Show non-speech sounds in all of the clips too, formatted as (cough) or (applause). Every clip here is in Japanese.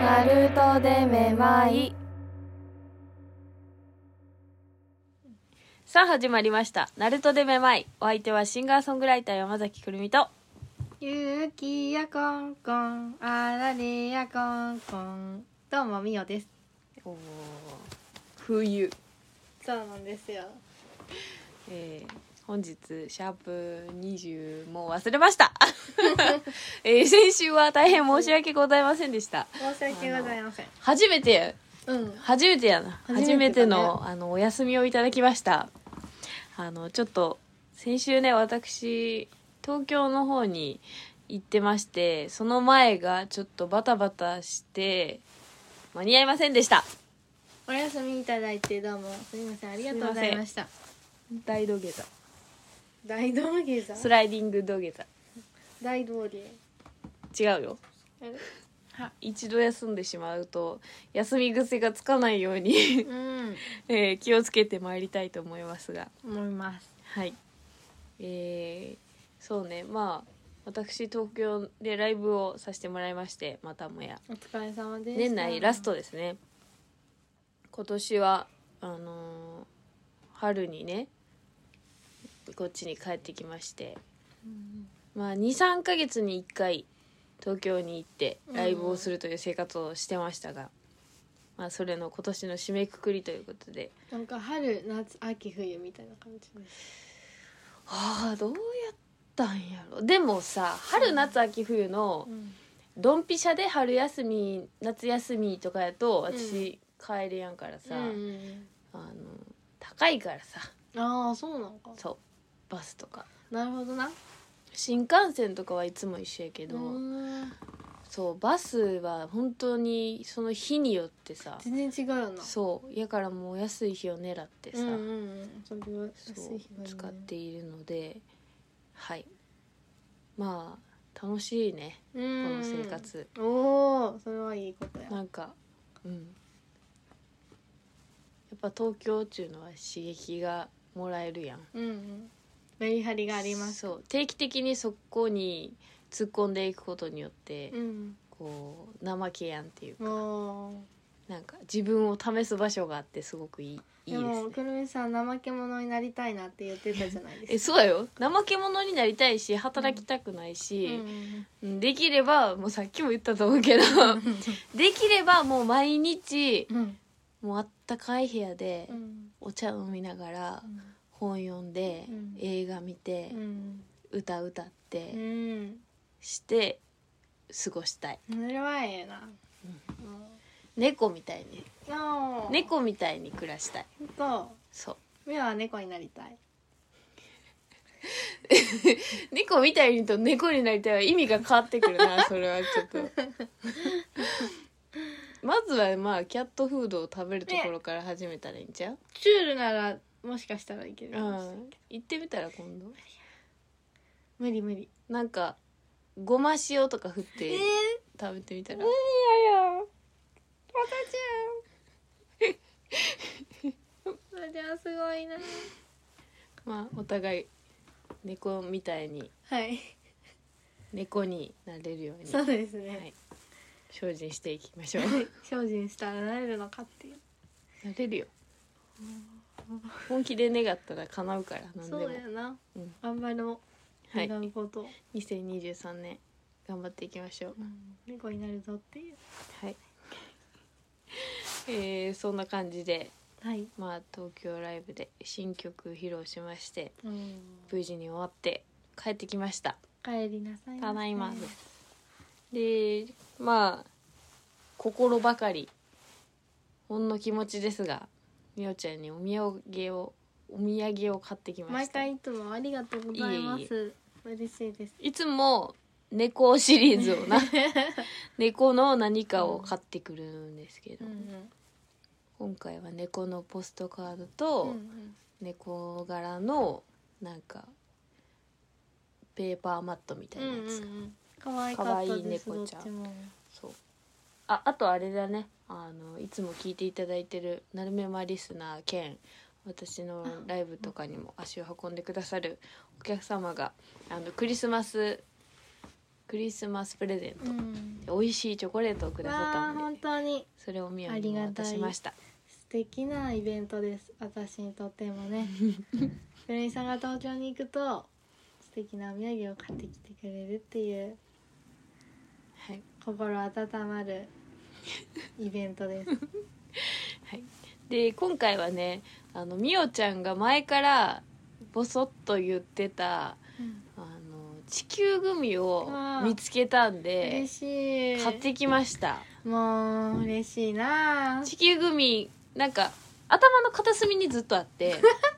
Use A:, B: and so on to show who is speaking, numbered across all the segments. A: ナルトでめまい。
B: さあ始まりました「ナルトでめまい」お相手はシンガーソングライター山崎くるみと
A: ゆうきやこんこん、あられやこんこん。どうもみおです。
B: 冬、
A: そうなんですよ。
B: えー本日シャープ20もう忘れました、 (laughs) えー先週は大変申し訳ございませんでした
A: 申し訳ございません。
B: 初めて
A: うん。
B: 初めてやな初め,、
A: 初めてだね
B: てのあのお休みをいただきましたあのちょっと先週ね私東京の方に行ってましてその前がちょっとバタバタして間に合いませんでした
A: お休みいただいてどうもすみませんありがとうございました。
B: 大道下座
A: 大道芸座
B: スライディング道下
A: 大道芸。
B: 座違うよ
A: あれ、
B: 一度休んでしまうと休み癖がつかないように (laughs)
A: うん。
B: えー気をつけてまいりたいと思いますが
A: 思います。
B: はいえー、そうねまあ私東京でライブをさせてもらいましてまたもや
A: お疲れ様です。
B: 年内ラストですね今年はあのー春にねこっちに帰ってきまして
A: うん。
B: まあ23ヶ月に1回東京に行ってライブをするという生活をしてましたが、まあそれの今年の締めくくりということで
A: なんか春夏秋冬みたいな感じです。
B: ああどうやったんやろでもさ春夏秋冬の
A: うん。
B: ドンピシャで春休み夏休みとかやと私帰れやんからさ、
A: うん
B: あの高いからさ
A: ああそうなのか。
B: そうバスとか
A: なるほどな。
B: 新幹線とかはいつも一緒やけど、
A: うん
B: そうバスは本当にその日によってさ
A: 全然違うよな。
B: そうやからもう安い日を狙ってさ、
A: うんうんうん、それは
B: そ
A: 安い日がい
B: う
A: いね
B: 使っているのではいまあ楽しいね
A: こ
B: この生活、
A: おおそれはいいことや
B: なんかうんやっぱ東京っていうのは刺激がもらえるやん
A: うんうんメリハリがあります
B: そう定期的にそこに突っ込んでいくことによって、
A: うん
B: こう怠けやんっていうか
A: おー
B: なんか自分を試す場所があってすごくいいい
A: で
B: いです
A: も
B: ね
A: くるみさん怠け者になりたいなって言ってたじゃないで
B: え
A: すか
B: そうだよ怠け者になりたいし働きたくないし、うんできればもうさっきも言ったと思うけど (laughs) できればもう毎日
A: うんうん
B: もうあったかい部屋で
A: うん
B: お茶飲みながら本読んで、
A: うん
B: 映画見て
A: う、ん
B: 歌歌っ
A: う
B: て
A: ん
B: して過ごしたい
A: それはええな
B: 猫みたいに
A: うん
B: 猫みたいに暮らしたい
A: と
B: そう
A: 目は猫になりたい
B: 猫みたいにと猫になりたいは意味が変わってく
A: (laughs)
B: るなそれはちょっとまずはまあキャットフードを食べるところから始めたらいいんちゃう、
A: チュールならもしかしたらいける
B: う
A: かもしれない
B: ん行ってみたら今度
A: 無理無理
B: なんかごま塩とか振っ
A: え
B: て食べてみたら、
A: やよまたちゃん (laughs) それはすごいな
B: まあお互い猫みたいに
A: はい
B: 猫になれるように
A: そうですね、
B: はい精進していきましょう
A: 精進したらなれるのかっていう
B: なれるよ本気で願ったら叶うから何で
A: そ
B: も
A: うやな、
B: うん
A: 頑張ろう
B: はい
A: 願うこと、
B: 2023年頑張っていきましょう
A: うん猫になるぞっていう
B: はい (laughs) えーそんな感じで
A: はい
B: まあ東京ライブで新曲披露しまして
A: うん
B: 無事に終わって帰ってきました
A: 帰りなさいませ
B: ただいまです。で、まあ、心ばかり、ほんの気持ちですが、みおちゃんにお土産を、お土産を買ってきま
A: 毎
B: した。
A: 回いつもありがとうございます
B: い
A: 嬉しいです
B: いつも、猫シリーズをな、 (laughs) 猫の何かを買ってくるんですけど、
A: ん
B: 今回は猫のポストカード
A: うんう
B: と、
A: ん
B: 猫柄の、なんか、ペーパーマットみたい
A: うん
B: な
A: う
B: や
A: んう
B: つが、
A: ん可愛かったです
B: 可愛い猫ちゃん
A: どっちも
B: そう。ああとあれだねあのいつも聞いていただいてるなるめまリスナー兼私のライブとかにも足を運んでくださるお客様があのクリスマスクリスマスプレゼント、
A: ん
B: 美味しいチョコレートをくださった
A: わあ
B: ので
A: 本当に
B: それをみや
A: あ
B: に
A: り
B: も
A: がた
B: 渡
A: い
B: しました
A: 素敵なイベントです私にとっても
B: (laughs)
A: ねベルニさんが東京に行くと素敵なお土産を買ってきてくれるっていう
B: はい、
A: 心温まるイベント
B: (laughs)
A: です
B: はい、で今回はねあのみおちゃんが前からボソッと言ってたあの地球グミを見つけたんで
A: 嬉しい
B: 買ってきました
A: もう嬉しいなあ
B: 地球グミなんか頭の片隅にずっとあって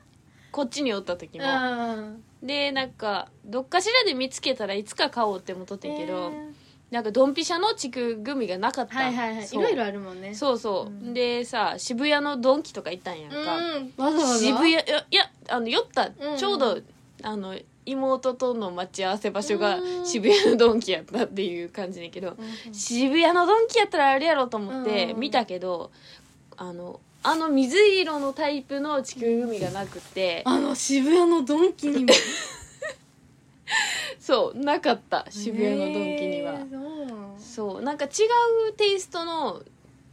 A: (laughs)
B: こっちにおった時も、
A: うん
B: でなんかどっかしらで見つけたらいつか買おうって思っとってんけど、
A: えー
B: なんかドンピシャの地球グミがなかった
A: はいはいはいい
B: そう
A: ろいろあるもんね
B: そうそう、
A: うん
B: でさ渋谷のドンキとか行ったんやん
A: うん
B: か、
A: わざわざ
B: 渋谷いやいやあの酔った、
A: うん
B: ちょうどあの妹との待ち合わせ場所が
A: うん
B: 渋谷のドンキやったっていう感じだけど、
A: うん
B: 渋谷のドンキやったらあれやろと思って
A: うん
B: 見たけど、あのあの水色のタイプの地球グミがなくて、
A: あの渋谷のドンキにも
B: そうなかった (laughs) 渋谷のドンキには、
A: えーそうなん
B: そうなんか違うテイストの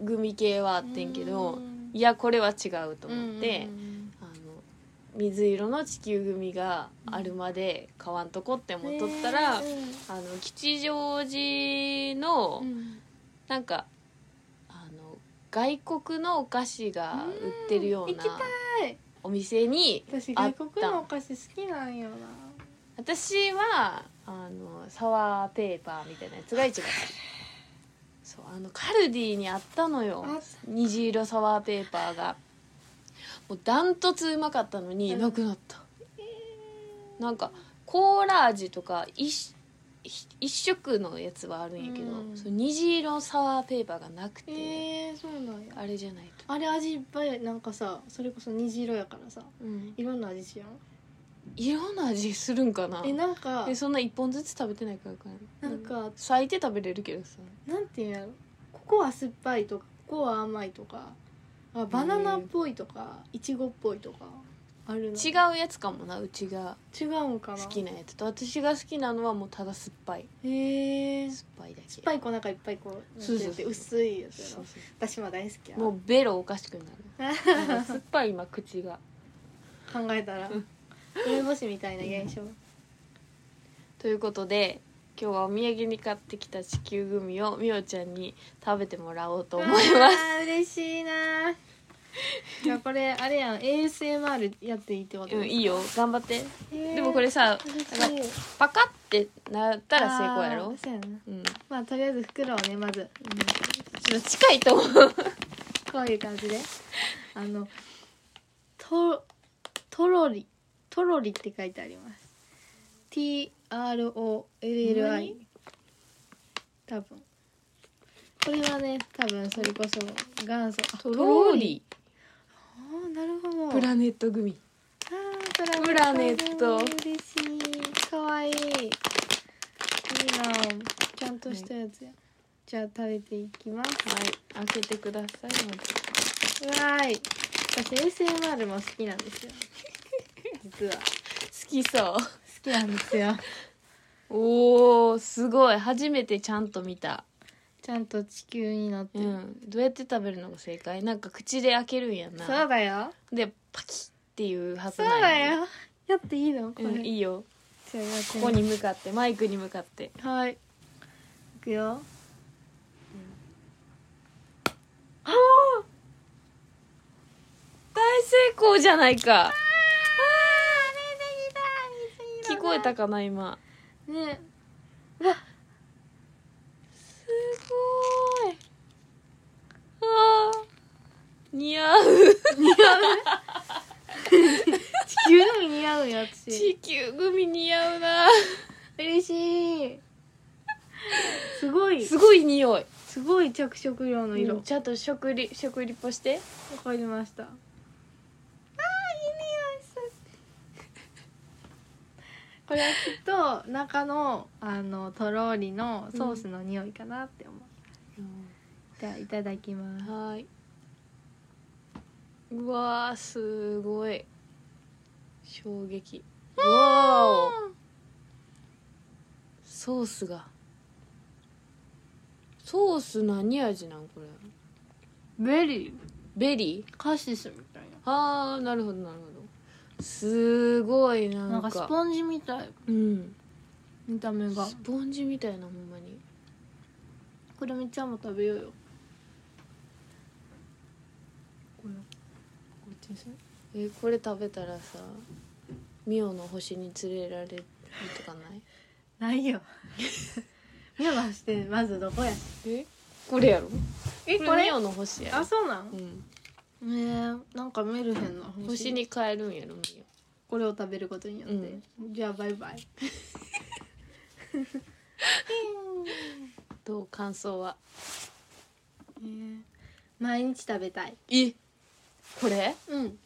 B: グミ系はあってんけど、
A: うん
B: いやこれは違うと思って、
A: うんうんうん
B: あの水色の地球グミがあるまで買わんとこって思っとったら、
A: えー
B: あの吉祥寺の、
A: うん
B: なんかあの外国のお菓子が売ってるよう
A: うん行
B: な
A: きたい
B: お店に
A: 私
B: あ
A: 外
B: った
A: 国のお菓子好きなんよな
B: 私はあのサワーペーパーみたいなやつが一番好きそうあのカルディにあったのよ
A: あっ
B: 虹色サワーペーパーがもうダントツうまかったのに
A: うん
B: なくなった、なんかコーラ味とか一一一色のやつはあるんやけど、
A: うん
B: その虹色サワーペーパーがなくて、
A: えー、そうなんや
B: あれじゃないと、
A: あれ味いっぱいなんかさそれこそ虹色やからさいろんな味しやん
B: いろんな味するんかな
A: えなんか
B: えそんな一本ずつ食べてないからかな
A: なんか
B: 咲いて食べれるけどさ
A: なんていうんやろここは酸っぱいとかここは甘いとかあバナナっぽいとかいちごっぽいとかあるの
B: 違うやつかもなうちが
A: 違うんかな
B: 好きなやつと私が好きなのはもうただ酸っぱい
A: へえ
B: 酸っぱいだけ
A: 酸っぱい粉がいっぱいこう
B: そうそうそう
A: 薄いやつや
B: そ
A: ろ
B: うそ
A: 私も大好きや
B: うもうベロおかしくなるなんか酸っぱい今口が
A: 考えたら梅干しみたいな現象
B: ということで今日はお土産に買ってきた地球グミをみおちゃんに食べてもらおうと思います
A: あー嬉しいなじゃあこれあれやん ASMR やっていいってこと
B: うんいいよ頑張って
A: へー
B: でもこれさ
A: 嬉しい
B: なんパカってなったら成功やろ
A: あーそうやな
B: うんうん
A: まあとりあえず袋をねまず
B: ちょっと近いと思う
A: こういう感じであのととろりとろりって書いてあります TROLLI 多分これはね多分それこそ元祖あ
B: トロー
A: と
B: リ
A: あーなるほど
B: ープラネットグミ
A: あー
B: プラネット
A: 嬉しいかわいいいいなちゃんとしたやつや、じゃあ食べていきます
B: はい開けてくださいまず
A: うわーい私 ASMR も好きなん (laughs) ですよ実は好
B: 好きそう
A: きなんですよ
B: おおすごい初めてちゃんと見た
A: ちゃんと地球に乗って
B: う
A: る、
B: んどうやって食べるのが正解なんか口で開けるんや
A: そう
B: な
A: だよ
B: でパキッっていうはず
A: そう
B: なん
A: だ
B: やね
A: よやっていいのこれ、
B: うんいいよ
A: じゃあやって
B: こ
A: み
B: こに向かってマイクに向かって
A: はいいくよ
B: 大成功じゃないか
A: あ
B: 聞こえたかな今
A: ね
B: すごいあー似合う
A: 地球の似合うやつ
B: 地球グミ似合うな
A: (laughs) 嬉しいすごい
B: すごい匂い
A: すごい着色料の色わ、
B: ちゃんと食リ食リポして
A: かりましたあーいい匂いするこれはきっと中のあのとろーりのソースの匂いかなって思う、じゃあいただきます
B: はーいうわーすごい衝撃わーおソースがソース何味なんこれ
A: ベリー
B: ベリー
A: カシスみたい
B: あーなるほどなるほどすごいなん
A: なな
B: か
A: んかスポンジみたい
B: うん、
A: 見た目が
B: スポンジみたいなほんまに
A: これみちゃんも食べようよこれ
B: えこれ食べたらさミオの星に連れられるとかない
A: ない (laughs) よ見ましてまずどこや
B: えこれやろ
A: え
B: これミオの星や
A: あ
B: ろ
A: そうなん
B: う
A: ね
B: ん
A: えなんかメルヘンな
B: 星に変えるんやろミ
A: これを食べることによって、じゃあバイバ (laughs) イ
B: オどう感想は
A: ねえ毎日食べたい
B: えこれ
A: うん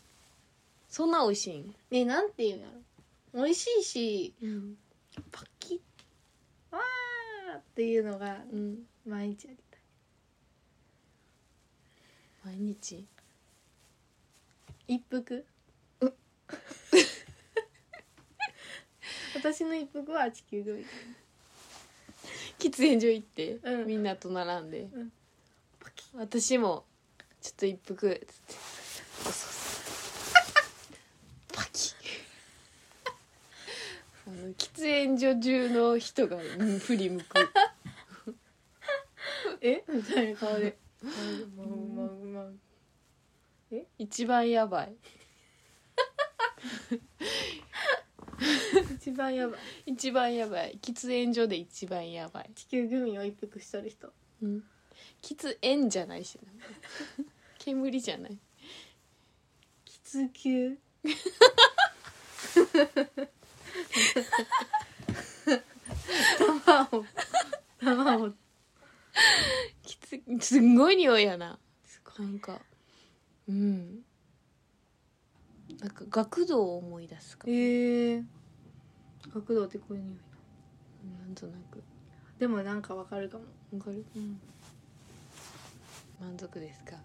B: そんな美味しいん、
A: ねえなんていうんやろ美味しいし
B: うん
A: パキッわーっていうのが毎日やりた
B: 毎日
A: い一服私の一服は地球グミ
B: (laughs) 喫煙所行って、
A: うん
B: みんなと並んで、
A: んパキ
B: 私もちょっと一服っつってそうそうパキ (laughs) あの喫煙所中の人がうん振 (laughs) り向く
A: えみたいな顔 (laughs) で「もぐもぐもぐ
B: 一番やばい
A: 一番やばい
B: 一番やばい喫煙所で一番やばい、
A: 地球グミを一服しとる人
B: うん、喫煙じゃないしな (laughs) 煙じゃない
A: 喫球卵卵
B: きつすんごい匂いやななんかうんなんか学童を思い出すかも
A: ええ角度ってこういう匂い
B: なんとなく
A: でもなんかわかるかも
B: わかる、満足ですか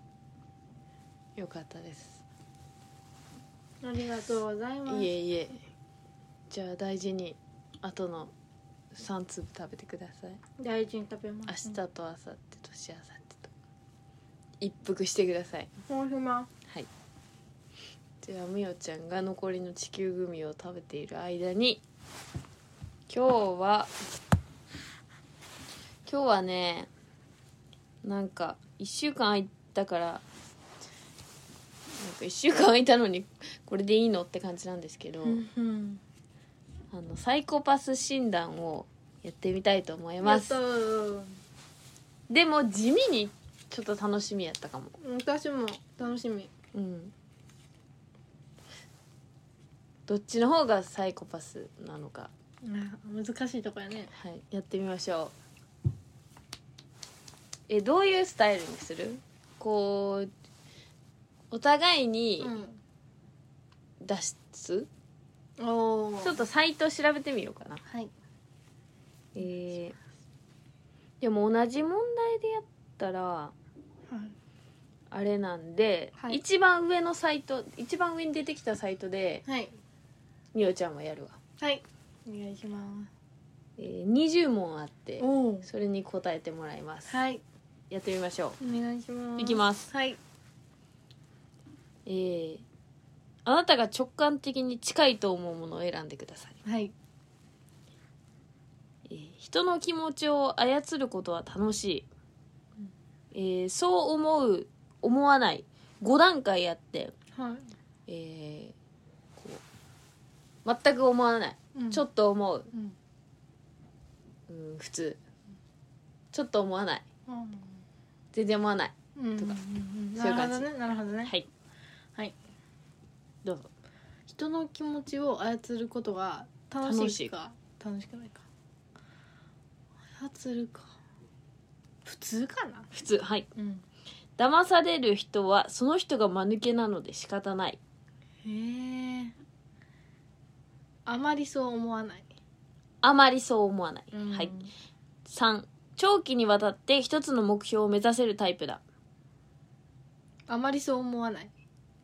B: よかったです
A: ありがとうございます
B: いえいえじゃあ大事に後の3粒食べてください
A: 大事に食べま
B: 明
A: す
B: 日と明後日としあさってと一服してください
A: ほんふま
B: はい。じゃあみおちゃんが残りの地球グミを食べている間に今日は今日はねなんか1週間空いたからなんか1週間空いたのにこれでいいのって感じなんですけど、
A: うん
B: あのサイコパス診断をやってみたいと思い
A: や
B: ま
A: っ
B: す
A: たー
B: でも地味にちょっと楽しみやったかも
A: 私も楽しみ
B: うんどっちの方がサイコパスなのか、
A: あ難しいとこやね
B: はい、やってみましょうえどういうスタイルにするこうお互いに
A: うん
B: 脱出、
A: お
B: ちょっとサイト調べてみようかな
A: はい
B: えーでも同じ問題でやったらあれなんで、
A: はい
B: 一番上のサイト一番上に出てきたサイトで
A: はい
B: みおちゃんはやるわ、
A: はいお願いしま
B: えー、20問あって
A: すお
B: それに答えてもらいます、
A: はい
B: やってみましょ
A: お願いしま
B: う
A: す
B: いきます
A: はい
B: えー、あなたが直感的に近いと思うものを選んでください、
A: はい
B: えー人の気持ちを操ることは楽しい、えーそう思う思わない5段階あって、
A: はい、
B: えーこう全く思わない、ちょ
A: っ
B: っと思う、
A: と、うん
B: うん、普通ちょっと思わない全然思わない
A: うん、
B: とか
A: うん
B: そういう
A: な
B: 感
A: る
B: じ
A: ほどねなるほどね、
B: はい
A: はい
B: どうぞ
A: 人の気持ちを操ることが楽しいか楽しくないか操るか普通かな
B: 普通はい
A: うん
B: 騙される人はその人が間抜けなので仕方ない
A: へえあまりそう思わない、
B: あまりそう思わない、はい3長期にわたって一つの目標を目指せるタイプだ
A: あまりそう思わない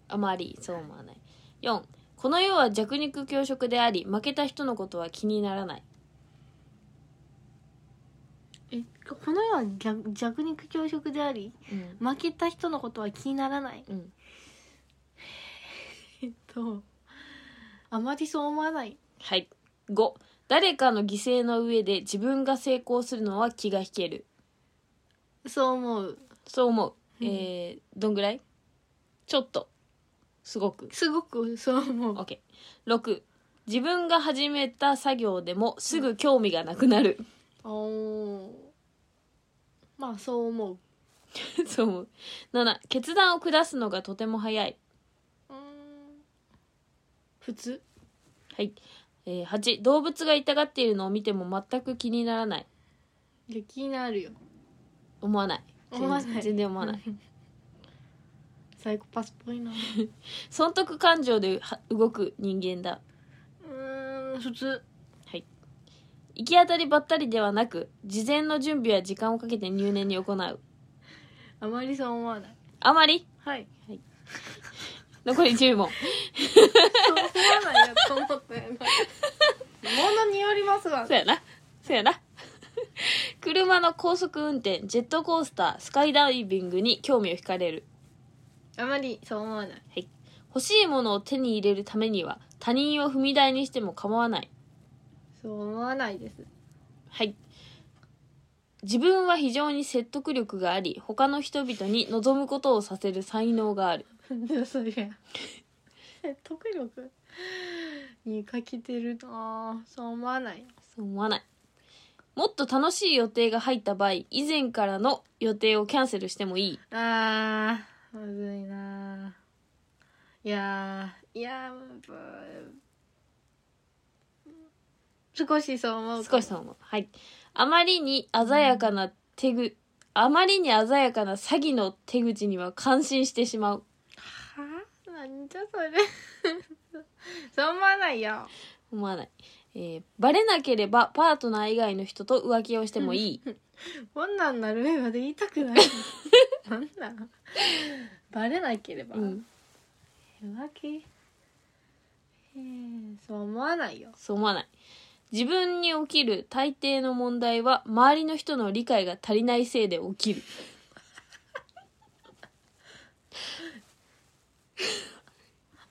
B: あまりそう思わない4この世は弱肉強食であり負けた人のことは気にならない
A: えこの世は逆弱肉強食であり
B: うん
A: 負けた人のことは気にならない
B: うん
A: えっとあまりそう思わない
B: はい5誰かの犠牲の上で自分が成功するのは気が引ける
A: そう思う
B: そう思う、
A: うん
B: えーどんぐらいちょっとすごく
A: すごくそう思う
B: OK6 自分が始めた作業でもすぐ興味がなくなる (laughs)
A: おーまあそう思う
B: そう思う7決断を下すのがとても早いう
A: ーん普通
B: はい、えー、8動物が痛がっているのを見ても全く気にならない
A: いや気になるよ
B: 思わない
A: 思わない
B: 全然全然思わない
A: サイコパスっぽいな
B: 損得感情では動く人間だ
A: うーん普通
B: 行き当たりばったりではなく事前の準備や時間をかけて入念に行う
A: あまりそう思わない
B: あまり
A: はい
B: 残り10問
A: そう思わないやと思ったよなも (laughs) のによりますわ
B: そうやなそうやな (laughs) 車の高速運転ジェットコースタースカイダイビングに興味を惹かれる
A: あまりそう思わない
B: 欲しいものを手に入れるためには他人を踏み台にしても構わない
A: そう思わないです
B: はい自分は非常に説得力があり他の人々に望むことをさせる才能がある
A: でそりゃ説得力に欠けてるなあそう思わない
B: そう思わないもっと楽しい予定が入った場合以前からの予定をキャンセルしてもいい
A: あーむずいなあいやーいやーぶー少しそう思う
B: 少しそう思うはいあまりに鮮やかな手ぐ、あまりに鮮やかな詐欺の手口には感心してしまう
A: はあなんじゃそれ (laughs) そう思わないよ
B: 思わない、えーバレなければパートナー以外の人と浮気をしてもいい
A: こんなんなる上まで言いたく
B: (laughs)
A: ないなんなんバレなければ、
B: うん
A: 浮気へえそう思わないよ
B: そう思わない自分に起きる大抵の問題は周りの人の理解が足りないせいで起きる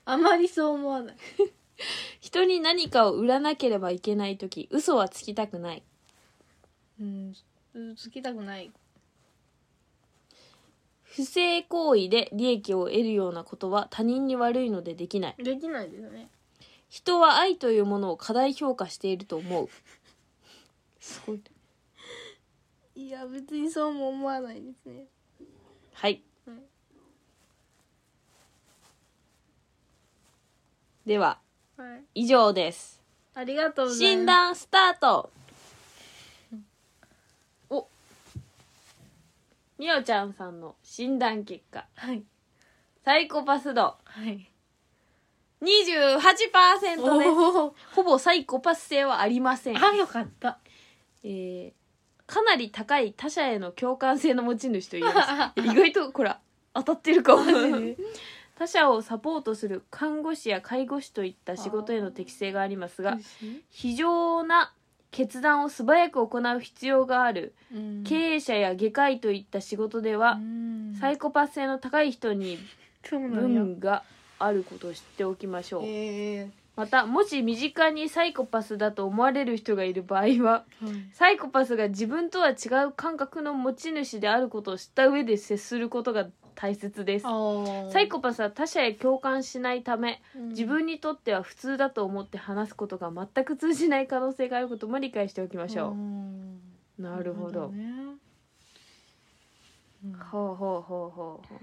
A: あまりそう思わない
B: 人に何かを売らなければいけない時嘘はつきたくない
A: うんつきたくない
B: 不正行為で利益を得るようなことは他人に悪いのでできない
A: できないですね
B: 人は愛というものを過大評価していると思うすごい
A: いや別にそうも思わないですね
B: はい
A: はい
B: では
A: はい
B: 以上です
A: ありがとうございます
B: 診断スタートおみおちゃんさんの診断結果
A: はい
B: サイコパス度
A: はい
B: 28%です
A: おー
B: ほぼサイコパス性はありません
A: あよかった
B: えーかなり高い他者への共感性の持ち主といいま
A: (laughs)
B: す意外とこら当たってるかも
A: マジで
B: 他者をサポートする看護師や介護士といった仕事への適性がありますが非常な決断を素早く行う必要がある
A: うん
B: 経営者や外科医といった仕事では
A: うん
B: サイコパス性の高い人に
A: そうなんや
B: 分があることを知っておきましょう
A: え
B: またもし身近にサイコパスだと思われる人がいる場合は
A: えはい
B: サイコパスが自分とは違う感覚の持ち主であることを知った上で接することが大切です
A: あ
B: サイコパスは他者へ共感しないため自
A: 自
B: 分にとっては普通だと思って話すことが全く通じない可能性があることも理解しておきましょうなるほどほうほうほうほうほう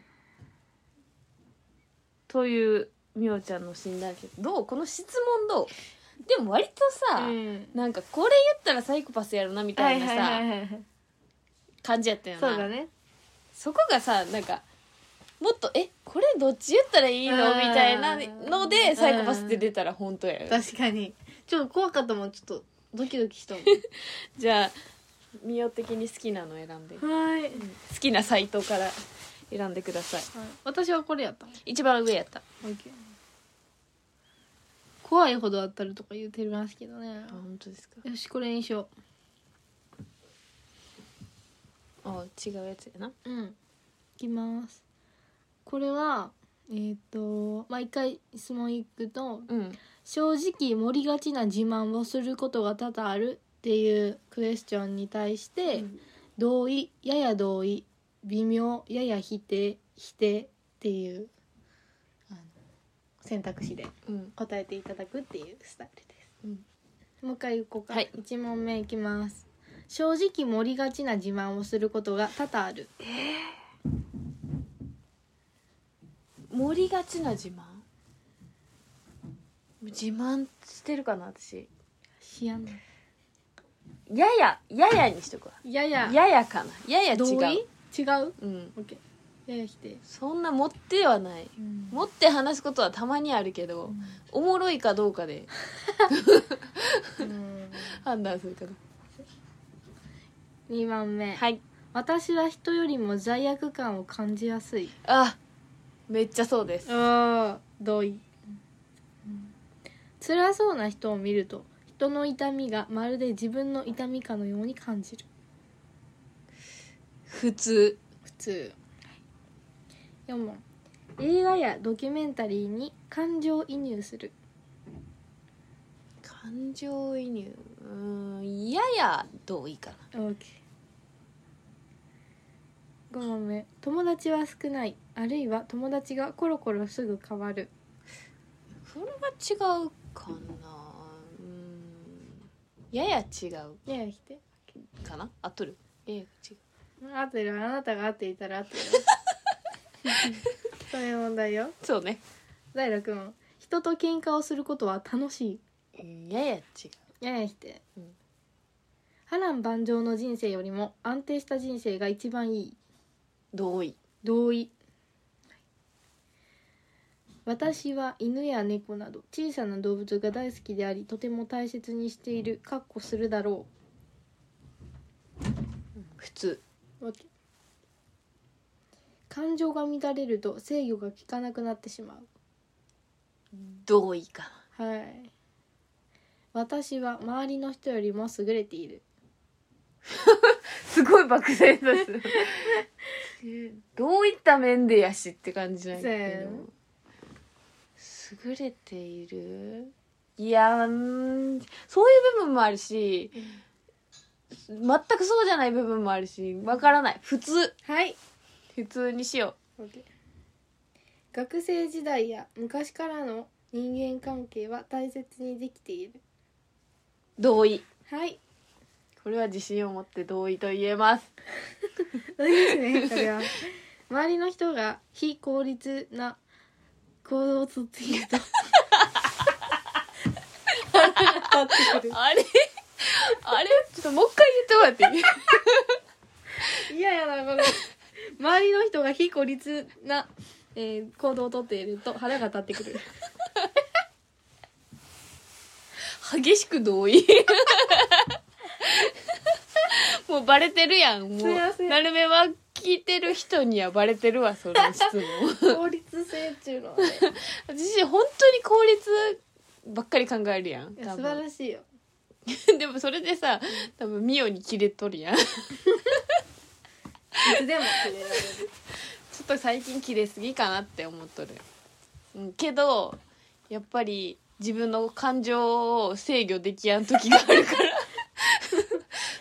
B: というみおちゃんの診断結果どうこの質問どうでも割とさ、なんかこれ言ったらサイコパスやろなみたいなさ、感じやったよな
A: そうだね
B: そこがさなんかもっとえこれどっち言ったらいいの
A: うん
B: みたいなの
A: う
B: で
A: ん
B: サイコパスって出たら本当やよ
A: 確かにちょっと怖かったもんちょっとドキドキしたもん
B: じゃあ美容的に好きなの選んで好
A: はい、はい、
B: きなサイトから選んでください
A: 私はこれやった
B: 一番上やった
A: 怖いほど当たるとか言ってますけどね
B: あ本当ですか
A: よしこれにしよ
B: あ違うやつやな
A: ううんいきますこれはえっ、と毎回質問いくと
B: うん
A: 正直盛りがちな自慢をすることが多々あるっていうクエスチョンに対して、
B: うん
A: 同意やや同意微妙やや否定否定っていうあの選択肢で
B: うん
A: 答えていただくっていうスタイルです
B: うん
A: もう一回行こうか、
B: はい
A: 1問目いきます正直盛りがちな自慢をすることが多々ある
B: 盛りがちな自慢自慢してるかな私
A: 知らない
B: ややややにしとくわ
A: やや
B: ややかなやや違
A: 同意違
B: う
A: う違う
B: うん
A: オッケーやや否定
B: そんな持ってはない持って話すことはたまにあるけど、おもろいかどうかで
A: うん
B: 判断するかな
A: 2番目、
B: はい
A: 私は人よりも罪悪感を感じやすい
B: あめっちゃそうです
A: あ同意、うん辛そうな人を見ると人の痛みがまるで自分の痛みかのように感じる
B: 普通
A: 普通4問映画やドキュメンタリーに感情移入する
B: 感情移入うーんやや同意かな
A: OK5 問目友達は少ないあるいは友達がコロコロすぐ変わる
B: それは違うかなうーんやや違う
A: やや否定
B: かな合っとるやや違う
A: 合ってるあなたが合っていたら合ってるそういう問題よ
B: そうね
A: 第6問人と喧嘩をすることは楽しい
B: うんやや違う
A: やや否定、
B: うん
A: 波乱万丈の人生よりも安定した人生が一番いい
B: 同意
A: 同意私は犬や猫など小さな動物が大好きでありとても大切にしているかっこするだろ
B: 普通
A: う感情が乱れると制御が効かなくなってしま
B: 同意かな
A: うはい私は周りの人よりも優れている
B: すごい漠然とす (laughs) どういった面でやしって感じなんやけど優れているいやうーんそういう部分もあるし全くそうじゃない部分もあるしわからない普通
A: はい
B: 普通にしよ
A: OK 学生時代や昔からの人間関係は大切にできている
B: う同意
A: はい
B: これは自信を持って同意と言えます
A: そうですね、それは。周りの人が非効率な行動をとっている (laughs) と。なってくる
B: あれあれ (laughs) ちょっともう一回言ってもらっていい
A: いやいやな、この。周りの人が非効率な、えー行動をとっていると腹が立ってくる。
B: 激しく同意 (laughs) もうバレてるやんも
A: すいませ
B: うんなるべは聞いてる人にはバレてるわその質
A: (laughs) (laughs)
B: 問
A: 効率性中の、ね、
B: 私本当に効率ばっかり考えるやん
A: いや
B: 多
A: 素
B: 分
A: 晴らしいよ。
B: でもそれでさ多分ミオにキレとるやんちょ
A: いつでも決められる。
B: っと最近キレすぎかなって思っとる、うん、けどやっぱり自分の感情を制御できやん時があ
A: (laughs)
B: るから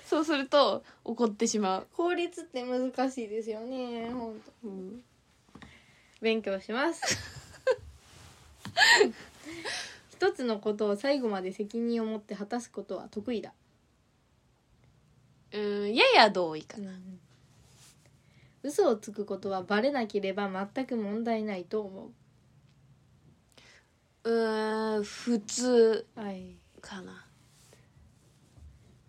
B: そうすると怒ってしまう、
A: 効率って難しいですよね、ほんと。
B: うん、
A: 勉強します (laughs) 一つのことを最後まで責任を持って果たすことは得意だ、
B: うんやや同意かな
A: 嘘をつくことはバレなければ全く問題ないと思
B: うん普通
A: う、はい、
B: かな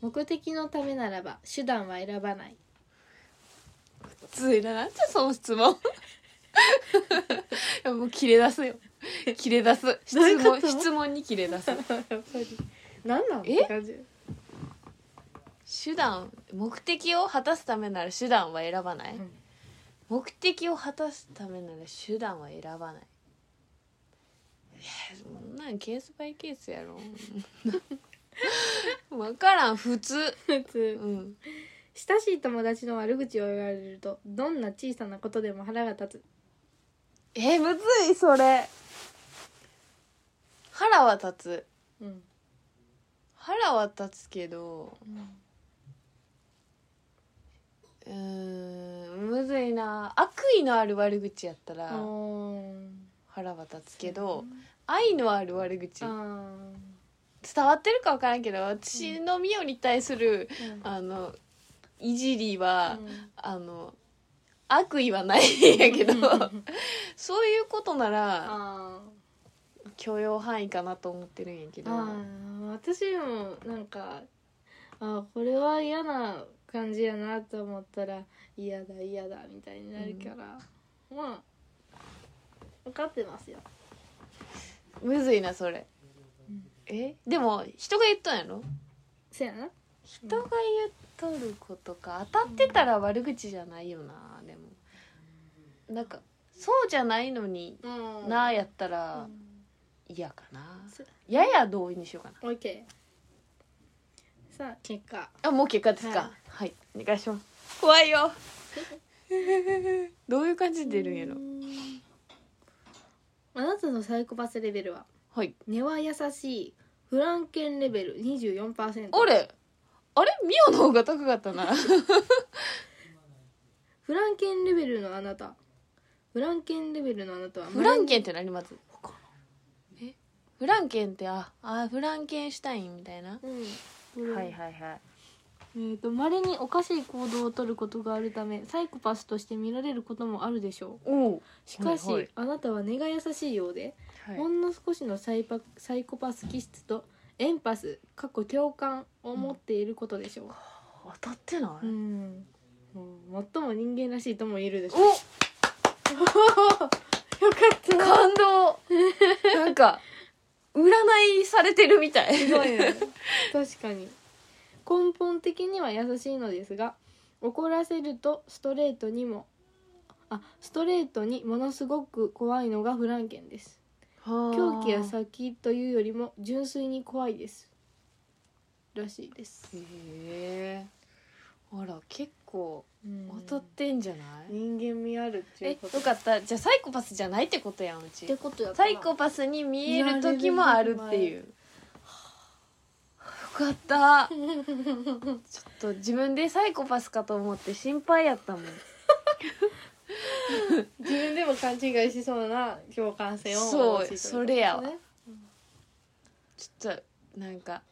A: 目的のためならば手段は選ばない
B: 普通だななんじゃその質問 (laughs) いやもうキレ出すよキレ出す質
A: どういうこ
B: 問
A: と
B: 質問にキレ出す
A: 何なん
B: え
A: 感じ
B: 手段目的を果たすためなら手段は選ばない、
A: うん
B: 目的を果たすためなら手段は選ばないいやそんなんケースバイケースやろ分からん普通
A: 普
B: う
A: 通
B: ん
A: 親しい友達の悪口を言われるとどんな小さなことでも腹が立つ
B: えむずいそれ腹は立つ
A: うん
B: 腹は立つけどうーんむずいな悪意のある悪口やった
A: あ
B: ら
A: ー
B: 腹は立つけど愛のある悪口
A: あ
B: 伝わってるか分からんけど私のミオに対する
A: ーうん
B: あのいじりは、
A: うん
B: あの悪意はないんやけど
A: うん
B: (laughs) そういうことなら
A: あー
B: 許容範囲かなと思ってるんやけど
A: あー私もなんかあーこれは嫌な感じやなと思ったら嫌だ嫌だみたいになるから、まあ分かってますよ
B: むずいなそれ
A: うん。
B: えでも人が言っとんやろ
A: せやな
B: 人が言っとることか当たってたら悪口じゃないよなでもなんかそうじゃないのに
A: うん
B: なあ
A: や
B: やったら嫌かな
A: そ
B: やや同意にしようかな
A: OK さあ結果
B: あもう結果です
A: は
B: かはい、お願いします怖いよどういう感じで出るんやろ
A: うんあなたのサイコパスレベルは
B: はい
A: 根は優しいフランケンレベル24%
B: あれあれミオの方が高かったな
A: フランケンレベルのあなたフランケンレベルのあなたは
B: フランケン
A: ン
B: って何まずえフランケンってああフランケンシュタインみたいな、
A: うん
B: はいはいはい
A: えー、と稀におかしい行動をとることがあるためサイコパスとして見られることもあるでしょ
B: おお
A: うしかし、
B: はいはい
A: あなたは根が優しいようで、
B: はい
A: ほんの少しのサイパサイコパス気質とエンパス過去共感を持っていることでしょう、
B: 当たってな
A: う
B: い、
A: ん、もう最も人間らしいとも言えるでしょうよ
B: お
A: かった
B: 感 (laughs) 動なんか占いされてるみたい
A: すごい
B: (laughs)
A: ね確かに根本的には優しいのですが怒らせるとストレートにもあストレートにものすごく怖いのがフランケンです狂
B: 狂
A: 気や先というよりも純粋に怖いですらしいです
B: へえあら結構当た
A: 当
B: ったてんじゃない、
A: 人間味あるってい
B: え
A: うこと
B: よかったじゃあサイコパスじゃないってことやんう
A: っ
B: ち
A: てことやった
B: サ
A: な
B: イコパスに見える時もあるっていうよかったちょっと自分でサイコパスかと思って心配やったもん
A: 自分でも勘違いしそうな共感性を
B: そう
A: お持ちといこと
B: それやわ
A: ですね
B: ちょっとなんか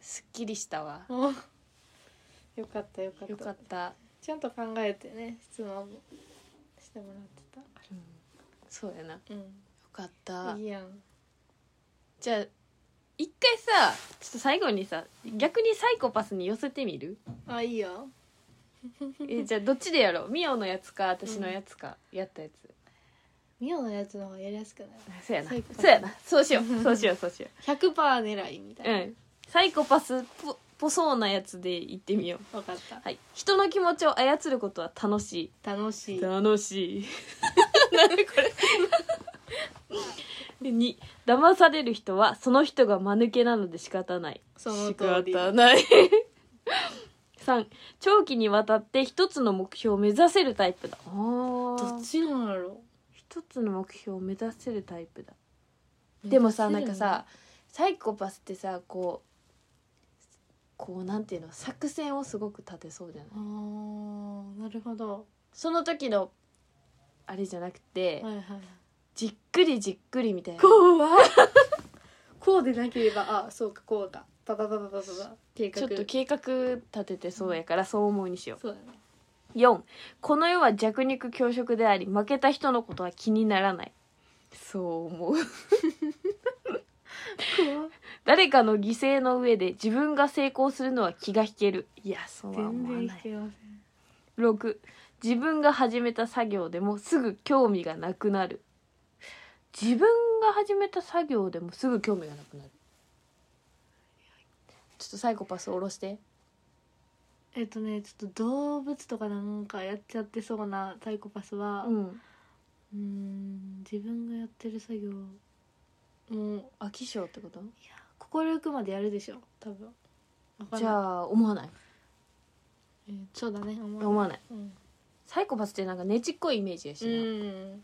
B: すっきりしたわ
A: (laughs) およかったよかった
B: よかった
A: ちゃんと考えてね質問もしてもらってたか
B: うんそうやなよ
A: ら
B: かった
A: うんいいやん
B: じゃあ一回さちょっと最後にさ逆にサイコパスに寄せて
A: (laughs)
B: みる
A: あいいよ
B: えじゃあどっちでやろうミオのやつか私のやつか、やったやつ
A: ミオのやつの方がやりやすくない
B: そうやな
A: サイコパス
B: そうやなそうしようそうしようそうしよ
A: 100%狙いみた
B: うう
A: い
B: んサイコパスっぽぽそうなやつでいってみよう
A: なわかった
B: はい人の気持ちを操ることは楽し
A: 楽し
B: い
A: い
B: 楽しい (laughs) なんでこ (laughs) れ2騙される人はその人が間抜けなので仕方ない
A: その通り
B: 仕方ない (laughs) 3長期にわたって一つの目標を目指せるタイプだあ
A: ど
B: ー
A: っちなんだろ
B: 一つの目標を目指せるタイプだ
A: う
B: でもさな
A: 目
B: ん
A: 指
B: か
A: せる
B: さサイコパスってさこうこうなんていうの作戦をすごく立てそうじゃない
A: あーなるほど
B: その時のあれじゃなくて、
A: はいはい
B: じっくりじっくりみたいな
A: 怖いこうでなければあそうかこうかパパパパパパパ計画
B: ちょっと計画立ててそうやからそう思うにしよ
A: そうだね
B: う4この世は弱肉強食であり負けた人のことは気にならないそう思う
A: 怖い
B: (laughs) 誰かの犠牲の上で自分が成功するのは気が引けるいやそうは
A: 全
B: 思わ
A: 然
B: な
A: 弾
B: い
A: けま
B: 6自分が始めた作業でもすぐ興味がなくなる自分が始めた作業でもすぐ興味がなくなるちょっとサイコパス下ろして
A: えっとねちょっと動物とかなんかやっちゃってそうなサイコパスはうん
B: ん
A: ん自分がやってる作業もう
B: 飽き性ってこと
A: 心ゆくまでやるでしょ多分わかんない
B: じゃあ思わない
A: えーそうだね思
B: 思わない
A: うん
B: サイコパスってなんかねちっこいイメージや
A: う
B: し
A: ん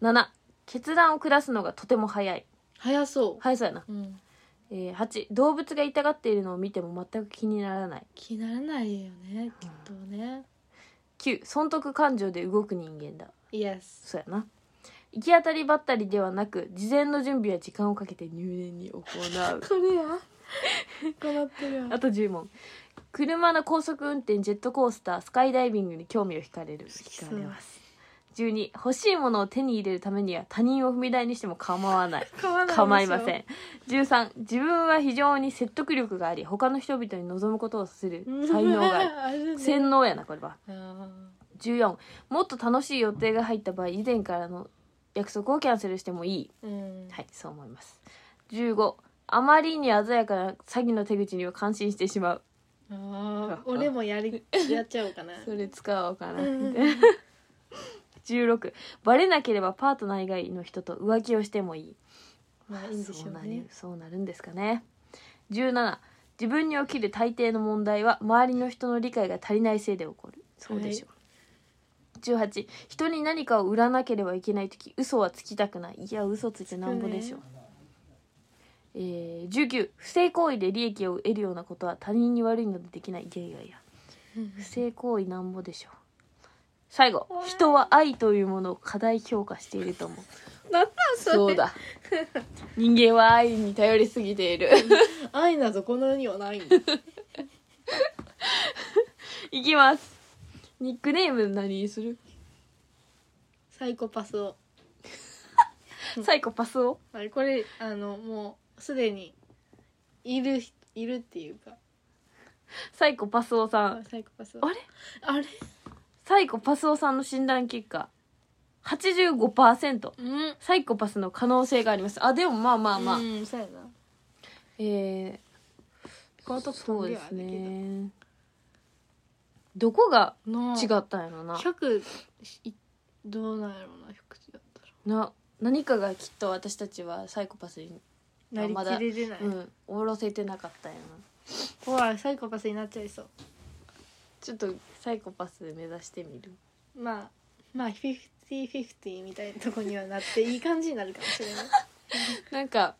B: な、7決断を下すのがとても早い
A: 早そう、
B: 早そうやな、
A: うん、
B: えー、8動物が痛がっているのを見ても全く気にならない
A: 気にならないよねきっとね
B: 9損得感情で動く人間だ
A: イエス
B: そうやな行き当たりばったりではなく事前の準備や時間をかけて入念に行う
A: これや
B: (laughs)
A: 行ってる
B: あ
A: わ
B: と10問車の高速運転ジェットコースタースカイダイビングに興味を惹かれる
A: そう
B: 惹かれます12欲しいものを手に入れるためには他人を踏み台にしても構わない構いませ
A: ん
B: ん13自分は非常に説得力があり他の人々に望むことをさせる才能があ
A: (laughs)
B: る
A: あるね
B: 洗脳やなこれは
A: あー
B: 14もっと楽しい予定が入った場合以前からの約束をキャンセルしてもいい
A: うん
B: はいそう思います15あまりに鮮やかな詐欺の手口には感心してしまう
A: あー俺もやりやっちゃおうかな
B: それ使おうかな
A: うん
B: みたいな16バレなければパートナー以外の人と浮気をしてもいい
A: まあいいんでしょうね
B: そうなるそうなるんですかね17自分に起きる大抵の問題は周りの人の理解が足りないせいで起こるそうでしょう、18人に何かを売らなければいけない時嘘はつきたくないいや嘘ついてなんぼでしょう、
A: つ
B: えー、19不正行為で利益を得るようなことは他人に悪いのでできないいやいやいや不正行為なんぼでしょう最後人は愛というものを過大評価していると思う
A: なんなん (laughs) それ
B: そうだ人間は愛に頼りすぎている
A: 愛などこの世にはないんだ
B: いきますニックネーム何にする
A: サイコパスを
B: サイコパスを
A: あれこれあのもうすでにいる人いるっていうか
B: サイコパスオさん
A: サイコパスを
B: あれ
A: あれ
B: サイコパスオさんの診断結果85%
A: うん
B: サイコパスの可能性がありますあでもまあまあまあ、
A: うんそうやな
B: え
A: この
B: ー、
A: 時
B: そうですねどこが違
A: う
B: ったんやろな
A: 100いどうなんやろうな100だった
B: な何かがきっと私たちはサイコパスに、
A: ら
B: まだ
A: なりきれてない、
B: うん、おろせてなかったんやな
A: 怖いサイコパスになっちゃいそう
B: ちょっとサイコパス目指してみる
A: まあまあフィフティフィフティみたいなとこにはなっていい感じになるかもしれない
B: (laughs) なんか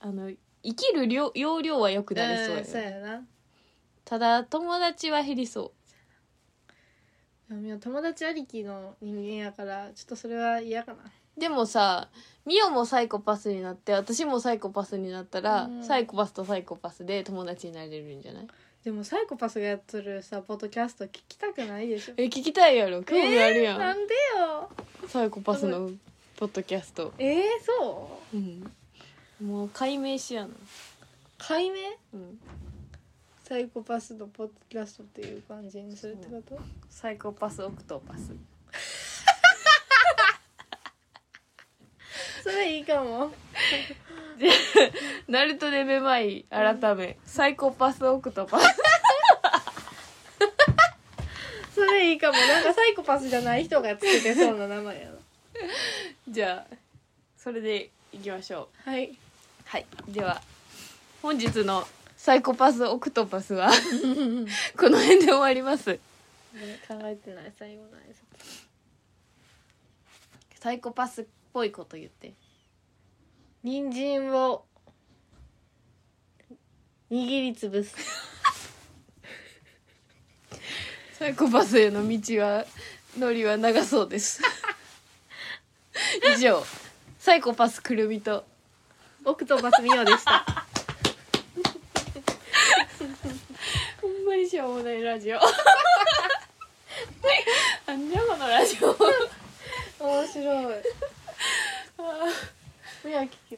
B: あの生きる量容量は良くなりそう
A: ん
B: やね
A: そうやな
B: ただ友達は減りそ
A: でもみお友達ありきの人間やからちょっとそれは嫌かな
B: うでもさミオもサイコパスになって私もサイコパスになったら、
A: うん
B: サイコパスとサイコパスで友達になれるんじゃない
A: でもサイコパスがやってるさポッドキャスト聞きたくないでしょ
B: え聞きたいやろ興味あるやん、
A: なんでよ
B: サイコパスのポッドキャスト
A: えー、そう
B: うんもう解明しやな
A: 解明
B: うん
A: サイコパスのポッドキャストっていう感じにするってこと
B: サイコパスオクトパス
A: それいいかも
B: ナルトでめまい改め、サイコパスオクトパス
A: それいいかもなんかサイコパスじゃない人がつけてそうな名前やな
B: じゃあそれでいきましょ
A: はい、
B: うはいでは本日のサイコパスオクトパス (laughs) はこの辺で終わります
A: ね考えてない最後の挨拶
B: サイコパスっぽいこと言って
A: 人参を握りつぶす
B: (laughs) サイコパスへの道はノリは長そうです (laughs) 以上サイコパスくるみと
A: オクトパスミオでした
B: (laughs) ほんまにしょうもないラジ
A: (laughs)
B: オなんじゃこのラジオ
A: 面白いミオ聞き